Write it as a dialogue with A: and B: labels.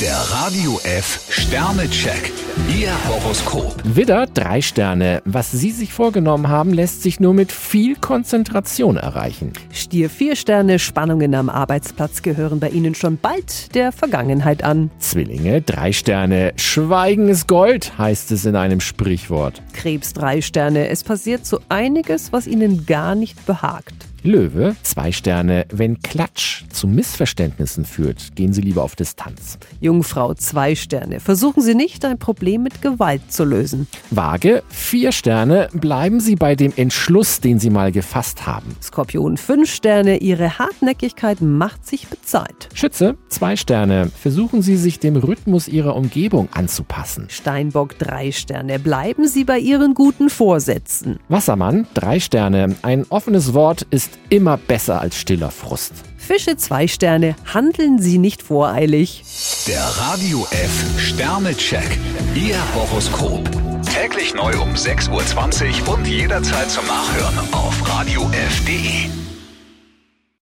A: Der Radio F Sternecheck. Ihr Horoskop.
B: Widder, drei Sterne. Was Sie sich vorgenommen haben, lässt sich nur mit viel Konzentration erreichen.
C: Stier vier Sterne, Spannungen am Arbeitsplatz gehören bei Ihnen schon bald der Vergangenheit an.
B: Zwillinge, drei Sterne. Schweigen ist Gold, heißt es in einem Sprichwort.
C: Krebs drei Sterne, es passiert so einiges, was Ihnen gar nicht behagt.
B: Löwe, zwei Sterne. Wenn Klatsch zu Missverständnissen führt, gehen Sie lieber auf Distanz.
C: Jungfrau zwei Sterne, versuchen Sie nicht, ein Problem mit Gewalt zu lösen.
B: Waage, vier Sterne. Bleiben Sie bei dem Entschluss, den Sie mal gefasst haben.
C: Skorpion fünf Sterne, Ihre Hartnäckigkeit macht sich bezahlt.
B: Schütze, zwei Sterne. Versuchen Sie, sich dem Rhythmus Ihrer Umgebung anzupassen.
C: Steinbock drei Sterne, bleiben Sie bei Ihren guten Vorsätzen.
B: Wassermann, drei Sterne. Ein offenes Wort ist immer besser als stiller Frust.
C: Fische zwei Sterne, handeln Sie nicht voreilig.
A: Der Radio F Sternecheck. Ihr Horoskop. Täglich neu um 6.20 Uhr und jederzeit zum Nachhören auf Radio radiof.de.